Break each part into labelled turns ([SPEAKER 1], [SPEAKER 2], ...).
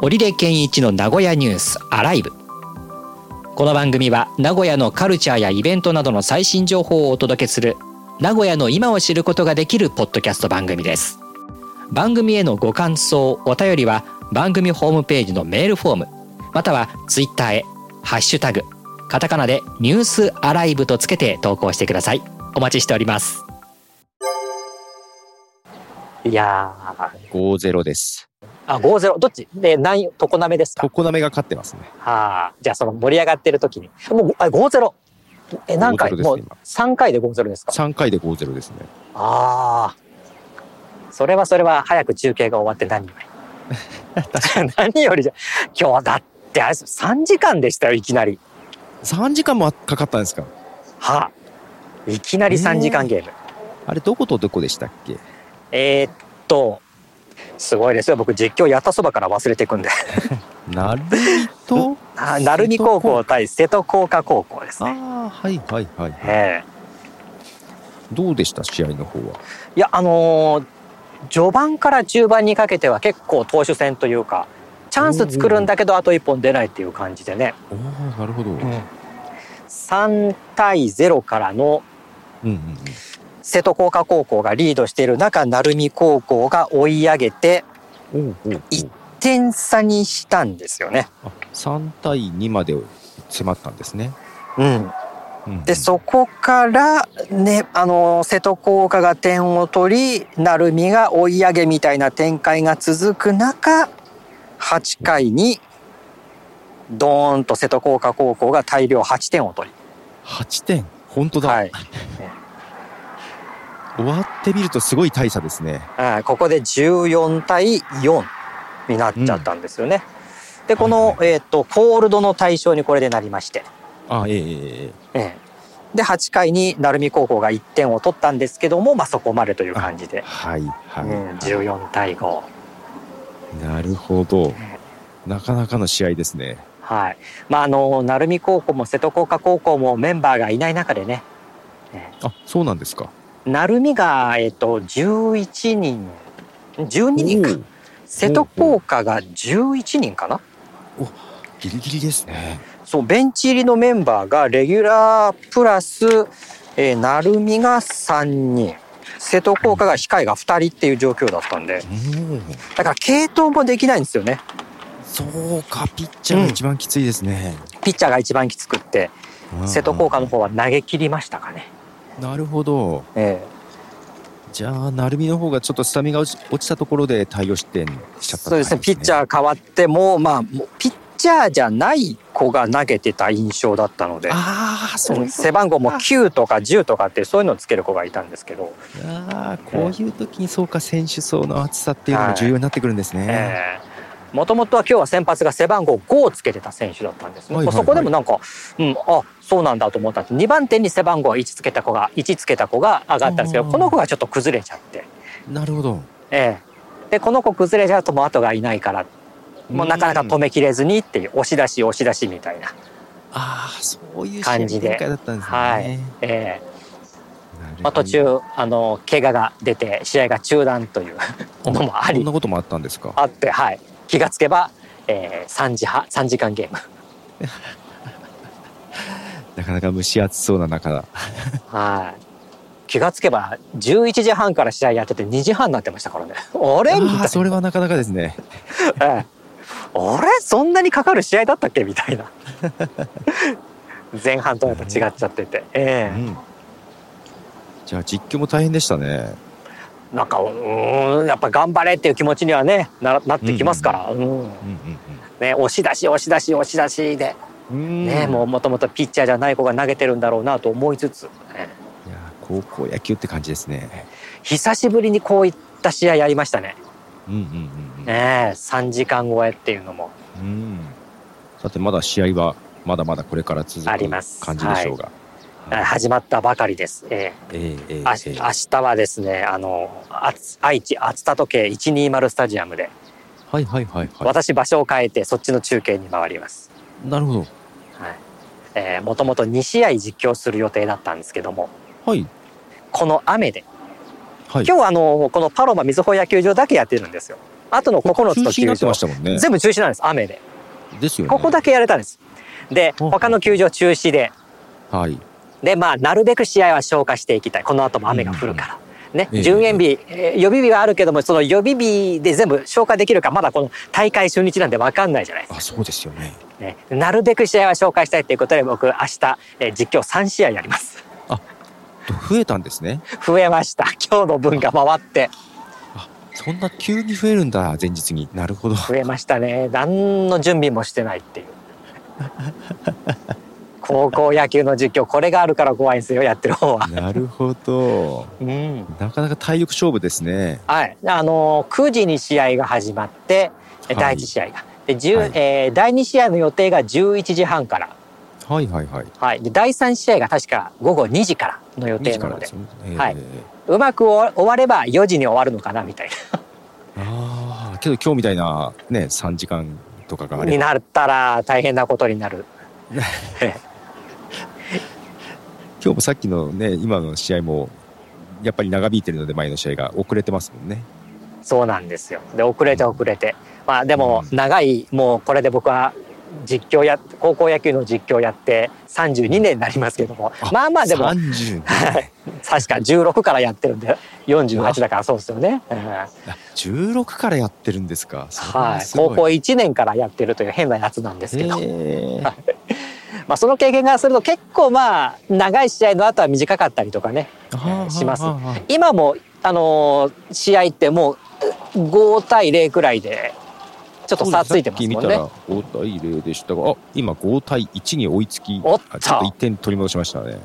[SPEAKER 1] 織出健一の名古屋ニュースアライブこの番組は名古屋のカルチャーやイベントなどの最新情報をお届けする名古屋の今を知ることができるポッドキャスト番組です番組へのご感想お便りは番組ホームページのメールフォームまたはツイッターへハッシュタグカタカナでニュースアライブとつけて投稿してくださいお待ちしておりますいやー
[SPEAKER 2] 5-0です。
[SPEAKER 1] あ5-0どっちで何常滑ですか
[SPEAKER 2] 常滑が勝ってますね。
[SPEAKER 1] はあ、じゃあその盛り上がってる時に。もう、あ、5-0。え、何回
[SPEAKER 2] 5-0です
[SPEAKER 1] もう
[SPEAKER 2] 今
[SPEAKER 1] 3回で5-0ですか
[SPEAKER 2] 3回で5-0ですね。
[SPEAKER 1] ああ。それはそれは早く中継が終わって何よ り。 何よりじゃ、今日だってあれです3時間でしたよ、いきなり。
[SPEAKER 2] 3時間もかかったんですか
[SPEAKER 1] はあ。いきなり3時間ゲーム。
[SPEAKER 2] あれ、どことどこでしたっけ
[SPEAKER 1] えーっと、すごいですよ。僕実況やったそばから忘れていくん で。
[SPEAKER 2] なると
[SPEAKER 1] あ鳴海高校対瀬戸工科高校です
[SPEAKER 2] あ
[SPEAKER 1] ね。
[SPEAKER 2] あ、はいはいはいはい。
[SPEAKER 1] ええ
[SPEAKER 2] どうでした試合の方は。
[SPEAKER 1] いや、あのー序盤から中盤にかけては結構投手戦というか、チャンス作るんだけど、あと1本出ないっていう感じでね、
[SPEAKER 2] おおなるほど。うんうん
[SPEAKER 1] 3対0からの
[SPEAKER 2] うん。
[SPEAKER 1] 瀬戸工科高校がリードしている中、鳴海高校が追い上げて、
[SPEAKER 2] おうおうおう
[SPEAKER 1] い点差にしたんですよね。
[SPEAKER 2] あ3対2まで迫ったんですね。
[SPEAKER 1] うん、
[SPEAKER 2] うんうん
[SPEAKER 1] で、そこから、ね、あのー瀬戸工科が点を取り、鳴海が追い上げみたいな展開が続く中、8回に、ドーンと瀬戸工科高校が大量8点を取
[SPEAKER 2] 8点。本当
[SPEAKER 1] り、
[SPEAKER 2] だ、
[SPEAKER 1] はい、
[SPEAKER 2] 終わってみるとすごい大差ですね。
[SPEAKER 1] はいここで14対4になっちゃったんですよね。で、この、
[SPEAKER 2] はい
[SPEAKER 1] えっ、と、コールドの対象にこれでなりまして、
[SPEAKER 2] あええええ
[SPEAKER 1] ええで、8回に鳴海高校が1点を取ったんですけども、まあ、そこまでという感じで、
[SPEAKER 2] はいはい、
[SPEAKER 1] うん、14対5。
[SPEAKER 2] なるほど。なかなかの試合ですね。
[SPEAKER 1] はい。まあ、あの、鳴海高校も瀬戸工科高校もメンバーがいない中でね、
[SPEAKER 2] あそうなんですか。
[SPEAKER 1] 鳴海が、えっ、と、11人、12人
[SPEAKER 2] お
[SPEAKER 1] か
[SPEAKER 2] う。
[SPEAKER 1] 瀬戸工科が11人かな
[SPEAKER 2] ギリギリですね。
[SPEAKER 1] そう、ベンチ入りのメンバーがレギュラープラス、えー、なるみが3人。瀬戸効果が控えが2人っていう状況だったんで。
[SPEAKER 2] うん。
[SPEAKER 1] だから継投もできないんですよね。
[SPEAKER 2] そうか、ピッチャーが一番きついですね。
[SPEAKER 1] ピッチャーが一番きつくって、瀬戸効果の。方は投げ切りましたかね。
[SPEAKER 2] なるほど。
[SPEAKER 1] え
[SPEAKER 2] じゃあ、成美の方がちょっとスタミナが落ち落ちたところで対応失点
[SPEAKER 1] え
[SPEAKER 2] しちゃった
[SPEAKER 1] そうですね。ピッチ
[SPEAKER 2] ー。
[SPEAKER 1] ャー変わっても、まあ、もうピッチャーじゃない子が投げてた印象だったので。
[SPEAKER 2] ああ、そうです。
[SPEAKER 1] 背番号も9とか10とかってそういうのをつける子がいたんですけど、
[SPEAKER 2] ああ、こういう時にそうか、選手層の厚さっていうのも重要になってくるんですね。
[SPEAKER 1] ええもともとは今日は先発が背番号5をつけてた選手だったんですね、
[SPEAKER 2] はいはいはい
[SPEAKER 1] そこでもなんか、うん、あそうなんだと思ったんです2番手に背番号1つけた子が1つけた子が上がったんですけど
[SPEAKER 2] うん
[SPEAKER 1] この子がちょっと崩れちゃって、
[SPEAKER 2] なるほど。
[SPEAKER 1] ええでこの子崩れちゃうともう後がいないからもうなかなか止
[SPEAKER 2] め。
[SPEAKER 1] めきれずにっていう押し出し押し出しみたいな、
[SPEAKER 2] ああ、そういう試合
[SPEAKER 1] 感じ
[SPEAKER 2] 展
[SPEAKER 1] で
[SPEAKER 2] 開だったんですね。
[SPEAKER 1] はいええ
[SPEAKER 2] なるほど
[SPEAKER 1] まあ、途中あの怪我が出て試合が中断という
[SPEAKER 2] あ
[SPEAKER 1] のもあ
[SPEAKER 2] こん
[SPEAKER 1] り
[SPEAKER 2] なこともあったんですか。
[SPEAKER 1] あって、はい、気がつけば、ええ3時半3時間ゲーム。
[SPEAKER 2] なかなか蒸し暑そうな中だ。
[SPEAKER 1] はい。気がつけば11時半から試合やってて2時半になってましたからね。あれみ
[SPEAKER 2] あ
[SPEAKER 1] た
[SPEAKER 2] あ、
[SPEAKER 1] い
[SPEAKER 2] それはなかなかですね。
[SPEAKER 1] な。ええあれそんなにかかる試合だったっけみたいな。前半とやっぱ違っちゃってて。ええ
[SPEAKER 2] うんじゃあ実況も大変でしたね。
[SPEAKER 1] なんか、うーん、やっぱ頑張れっていう気持ちにはね、ななってきますから。うんね、押し出し、押し出し、押し出しで。
[SPEAKER 2] うん
[SPEAKER 1] ね、もうもともとピッチャーじゃない子が投げてるんだろうなと思いつつ、ね
[SPEAKER 2] いや高校野球って感じですね。
[SPEAKER 1] 久しぶりにこういった試合やりましたね。
[SPEAKER 2] うんうんうん
[SPEAKER 1] ねえ、3時間超えっていうのも。
[SPEAKER 2] うん。うんさてまだ試合はまだまだこれから続く
[SPEAKER 1] あります
[SPEAKER 2] 感じでしょうが。
[SPEAKER 1] はい始まったばかりです。え
[SPEAKER 2] ええええ
[SPEAKER 1] ーあ
[SPEAKER 2] ええ
[SPEAKER 1] 明日はですね、あの、あつ愛知熱田時計120スタジアムで、
[SPEAKER 2] はいはいはいは
[SPEAKER 1] 私場所を変えてそっちの中継に回ります。
[SPEAKER 2] い。なるほど。
[SPEAKER 1] はい。えー、もともと2試合実況する予定だったんですけども、
[SPEAKER 2] はい
[SPEAKER 1] この雨で、
[SPEAKER 2] はい。
[SPEAKER 1] 今日はあの、このパロマ水穂野球場だけやってるんですよ。あとの9つと
[SPEAKER 2] 中止
[SPEAKER 1] 球
[SPEAKER 2] になって
[SPEAKER 1] 場
[SPEAKER 2] まし、たもんね。
[SPEAKER 1] 全部中止なんです、雨で。
[SPEAKER 2] ですよね。
[SPEAKER 1] ここだけやれたんです。で、
[SPEAKER 2] うん
[SPEAKER 1] 他の球場中止で、
[SPEAKER 2] はい。
[SPEAKER 1] で、まあ、なるべく試合は消化していきたい。この後も雨が降るから。ね、
[SPEAKER 2] ええ
[SPEAKER 1] 順延日、えー予備日はあるけども、その予備日で全部消化できるか、まだこの大会初日なんで分かんないじゃないです
[SPEAKER 2] あ、そうですよね。
[SPEAKER 1] か、ね。なるべく試合は消化したいということで、僕、明日、えー実況3試合やります。
[SPEAKER 2] と増えたんですね。
[SPEAKER 1] 増えました。今日の分が回って、
[SPEAKER 2] そんな急に増えるんだ、前日に。な るほど。
[SPEAKER 1] 増えましたね。何の準備もしてない っていう。高校野球の実況、これがあるから怖いんですよ、やってる方は。
[SPEAKER 2] なるほど。
[SPEAKER 1] うん。
[SPEAKER 2] なかなか体力勝負ですね。
[SPEAKER 1] はい、あのー9時に試合が始まって、え
[SPEAKER 2] は
[SPEAKER 1] 第
[SPEAKER 2] い
[SPEAKER 1] 1試合が。で、10
[SPEAKER 2] はい
[SPEAKER 1] えー第2試合の予定が11時半から、
[SPEAKER 2] はいはいはい。
[SPEAKER 1] はい、で第3試合が確か午後2時からの予
[SPEAKER 2] 2
[SPEAKER 1] 定
[SPEAKER 2] 時
[SPEAKER 1] な
[SPEAKER 2] か
[SPEAKER 1] の
[SPEAKER 2] ら
[SPEAKER 1] で
[SPEAKER 2] ですね。えー
[SPEAKER 1] はいうまく終われば4時に終わるのかなみたい
[SPEAKER 2] ああ、けど今日みたいなね、3時間とかが
[SPEAKER 1] な
[SPEAKER 2] あ
[SPEAKER 1] に
[SPEAKER 2] れば。
[SPEAKER 1] なったら大変なことにな る。
[SPEAKER 2] 今日もさっきのね、今の試合も、やっぱり長引いてるので前の試合が遅れてますもんね。
[SPEAKER 1] そうなんですよで遅れて遅れて、まあ、でも
[SPEAKER 2] う
[SPEAKER 1] 長いもうこれで僕は実況や高校野球の実況やって32年になりますけどもまあまあでも
[SPEAKER 2] 30。
[SPEAKER 1] 確か16からやってるんで48だからそうですよね、うん
[SPEAKER 2] あ16からやってるんですか。それ
[SPEAKER 1] はい、
[SPEAKER 2] すご
[SPEAKER 1] 高校1年からやってるという変なやつなんですけど、
[SPEAKER 2] へー
[SPEAKER 1] まあ、その経験からすると結構まあ長い試合の後は短かったりとかね
[SPEAKER 2] あー
[SPEAKER 1] します
[SPEAKER 2] はあはあ
[SPEAKER 1] 今も、あのー試合ってもう5対0くらいでちょっと差ついてますもんね
[SPEAKER 2] さ。っき見たら5対0でしたが、あ今5対1に追いつき、
[SPEAKER 1] おっと
[SPEAKER 2] あちょっと1点取り戻しましたね。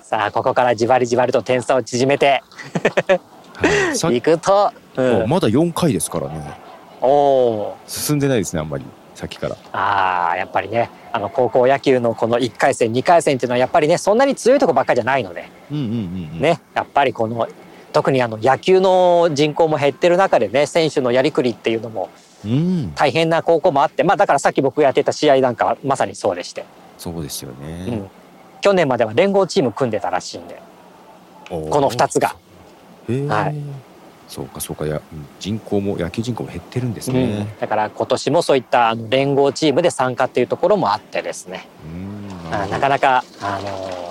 [SPEAKER 1] さあここからじわりじわりと点差を縮めて
[SPEAKER 2] はい、さっ
[SPEAKER 1] い
[SPEAKER 2] き、
[SPEAKER 1] くと、う
[SPEAKER 2] あ
[SPEAKER 1] ん、
[SPEAKER 2] まだ4回ですからね、
[SPEAKER 1] おお
[SPEAKER 2] 進んでないですね、あんまり、さっきから。
[SPEAKER 1] ーあーやっぱりねあの高校野球のこの1回戦2回戦っていうのはやっぱりねそんなに強いとこばっかりじゃないので。
[SPEAKER 2] うんうんうんうん、
[SPEAKER 1] ね、やっぱりこの特にあの野球の人口も減ってる中でね選手のやりくりっていうのも
[SPEAKER 2] うん、
[SPEAKER 1] 大変な高校もあって、まあ、だからさっき僕がやってた試合なんかはまさにそうでして、
[SPEAKER 2] そうですよ
[SPEAKER 1] う
[SPEAKER 2] ね。
[SPEAKER 1] ん、去年までは連合チーム組んでたらしいんでこ
[SPEAKER 2] こ
[SPEAKER 1] の2つが、は
[SPEAKER 2] はいそうかそうかやうん人口も野球人口も減ってるんです
[SPEAKER 1] う
[SPEAKER 2] ね。
[SPEAKER 1] ん、だから今年もそういったあの連合チームで参加っていうところもあってですね、
[SPEAKER 2] うん
[SPEAKER 1] あな
[SPEAKER 2] なる
[SPEAKER 1] かなか、あのー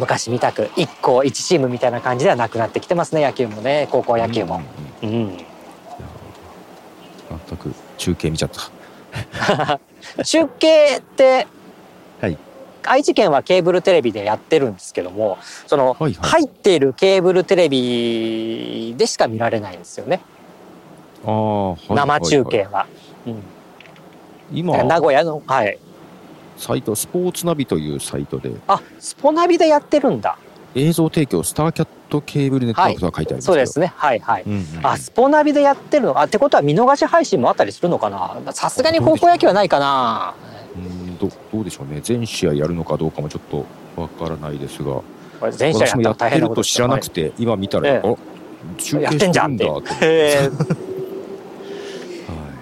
[SPEAKER 1] 昔みたく1校1チームみたいな感じではなくなってきてますね野球もね高校
[SPEAKER 2] ほど
[SPEAKER 1] 野球
[SPEAKER 2] う
[SPEAKER 1] も
[SPEAKER 2] ん。うんうん
[SPEAKER 1] うん
[SPEAKER 2] 全く中継見ちゃった。
[SPEAKER 1] 中継って、
[SPEAKER 2] はい
[SPEAKER 1] 愛知県はケーブルテレビでやってるんですけどもその、
[SPEAKER 2] はいはい
[SPEAKER 1] 入っているケーブルテレビでしか見られないんですよね、
[SPEAKER 2] ああ、はい
[SPEAKER 1] 生中継
[SPEAKER 2] はい
[SPEAKER 1] は。うんだから名
[SPEAKER 2] 今
[SPEAKER 1] 古屋の、はい、
[SPEAKER 2] サイトスポーツナビというサイトで
[SPEAKER 1] あスポナビでやってるんだ
[SPEAKER 2] 映像提供スターキャットケーブルネットワークとは書いてありますけ
[SPEAKER 1] そ
[SPEAKER 2] ど、
[SPEAKER 1] うですねはいはい、
[SPEAKER 2] うんうんうん
[SPEAKER 1] あスポナビでやってるのあってことは見逃し配信もあったりするのかなさすがに高校野球はないかな
[SPEAKER 2] うんどどうでしょうね全試合やるのかどうかもちょっとわからないですが
[SPEAKER 1] これ全社やっ
[SPEAKER 2] 私
[SPEAKER 1] た
[SPEAKER 2] もや
[SPEAKER 1] ら
[SPEAKER 2] って
[SPEAKER 1] 大変な
[SPEAKER 2] る
[SPEAKER 1] こと
[SPEAKER 2] と知らなく
[SPEAKER 1] て
[SPEAKER 2] て今見たら、
[SPEAKER 1] ええ
[SPEAKER 2] あ中
[SPEAKER 1] や
[SPEAKER 2] 継
[SPEAKER 1] っ
[SPEAKER 2] してて
[SPEAKER 1] んじゃ
[SPEAKER 2] る
[SPEAKER 1] んっ
[SPEAKER 2] ん
[SPEAKER 1] て
[SPEAKER 2] だ
[SPEAKER 1] い
[SPEAKER 2] と
[SPEAKER 1] う
[SPEAKER 2] 思って、は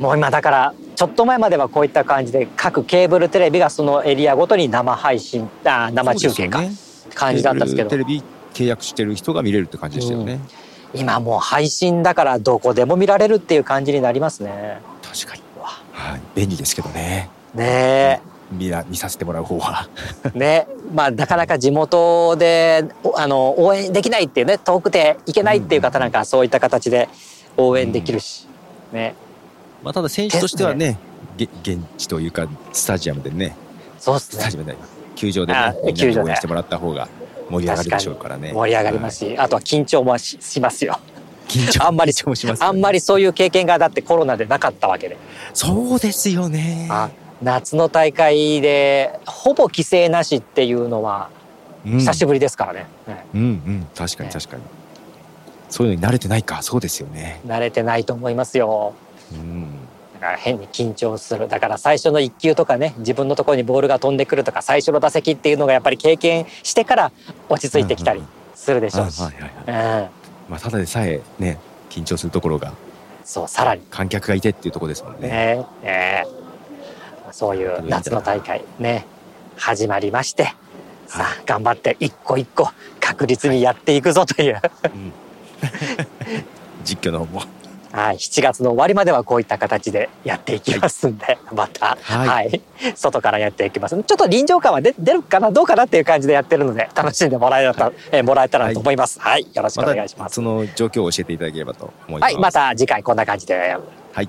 [SPEAKER 2] い
[SPEAKER 1] もう今だからちょっと前まではこういった感じで各ケーブルテレビがそのエリアごとに生配信あ生中継か、
[SPEAKER 2] そうですよね
[SPEAKER 1] 感じだったんですけ
[SPEAKER 2] ケーブ
[SPEAKER 1] ど
[SPEAKER 2] ルテレビ契約してる人が見れるって感じでしたよね、
[SPEAKER 1] 今もう配信だからどこでも見られるっていう感じになりますね。
[SPEAKER 2] 確かに、
[SPEAKER 1] わ
[SPEAKER 2] はい、便利ですけどね
[SPEAKER 1] ね
[SPEAKER 2] 見ら見させてもらう 方は
[SPEAKER 1] えねまあなかなか地元でおあの応援できないっていうね遠くて行けないっていう方なんかはそういった形で応援できるし、ね
[SPEAKER 2] まあ、ただ選手としてはね、げ現地というか、スタジアムでね、
[SPEAKER 1] そうっす
[SPEAKER 2] スタ
[SPEAKER 1] ね
[SPEAKER 2] ジアムで、球場で
[SPEAKER 1] あ
[SPEAKER 2] ね、みんな
[SPEAKER 1] 球
[SPEAKER 2] で
[SPEAKER 1] 場で
[SPEAKER 2] 応援してもらった方が盛り上がるでしょうからね。
[SPEAKER 1] 盛り上がりますし、あとは緊張もししますよ。
[SPEAKER 2] はい。緊張
[SPEAKER 1] あんまり
[SPEAKER 2] 緊張もしますよ
[SPEAKER 1] あ
[SPEAKER 2] ね
[SPEAKER 1] んまりそういう経験がだってコロナでなかったわけで。
[SPEAKER 2] そうですよね。
[SPEAKER 1] あ夏の大会でほぼ規制なしっていうのは
[SPEAKER 2] うん、
[SPEAKER 1] 久しぶりですからね。ね
[SPEAKER 2] うんうん、確かに
[SPEAKER 1] ね
[SPEAKER 2] 確かに。そういうのに慣れてないか、そうですよね。
[SPEAKER 1] 慣れてないと思いますよ。
[SPEAKER 2] うん。
[SPEAKER 1] だから変に緊張する。だから最初の1球とかね、自分のところにボールが飛んでくるとか、最初の打席っていうのがやっぱり経験してから落ち着いてきたり
[SPEAKER 2] うんうん
[SPEAKER 1] するでし
[SPEAKER 2] あ
[SPEAKER 1] ょ
[SPEAKER 2] は
[SPEAKER 1] うし。
[SPEAKER 2] いはいはい。
[SPEAKER 1] うん。
[SPEAKER 2] まあ、ただでさえね、緊張するところが、
[SPEAKER 1] そう、さらに
[SPEAKER 2] 観客がいてっていうところですもんね。
[SPEAKER 1] ね。ねそういう夏の大会ね、始まりまして、さあ、頑張って一個一個確実にやっていくぞという。
[SPEAKER 2] 実況の方も。
[SPEAKER 1] はい、7月の終わりまではこういった形でやっていきますんで、また、は、
[SPEAKER 2] はいい
[SPEAKER 1] 外からやっていきます。ちょっと臨場感は出出るかなどうかなっていう感じでやってるので、楽しんでもらえたら、えーもらえたらと思います。はい、よろしくお願いしま。
[SPEAKER 2] ますたその状況を教えていただければと思います。
[SPEAKER 1] はい、また次回こんな感じで。
[SPEAKER 2] はい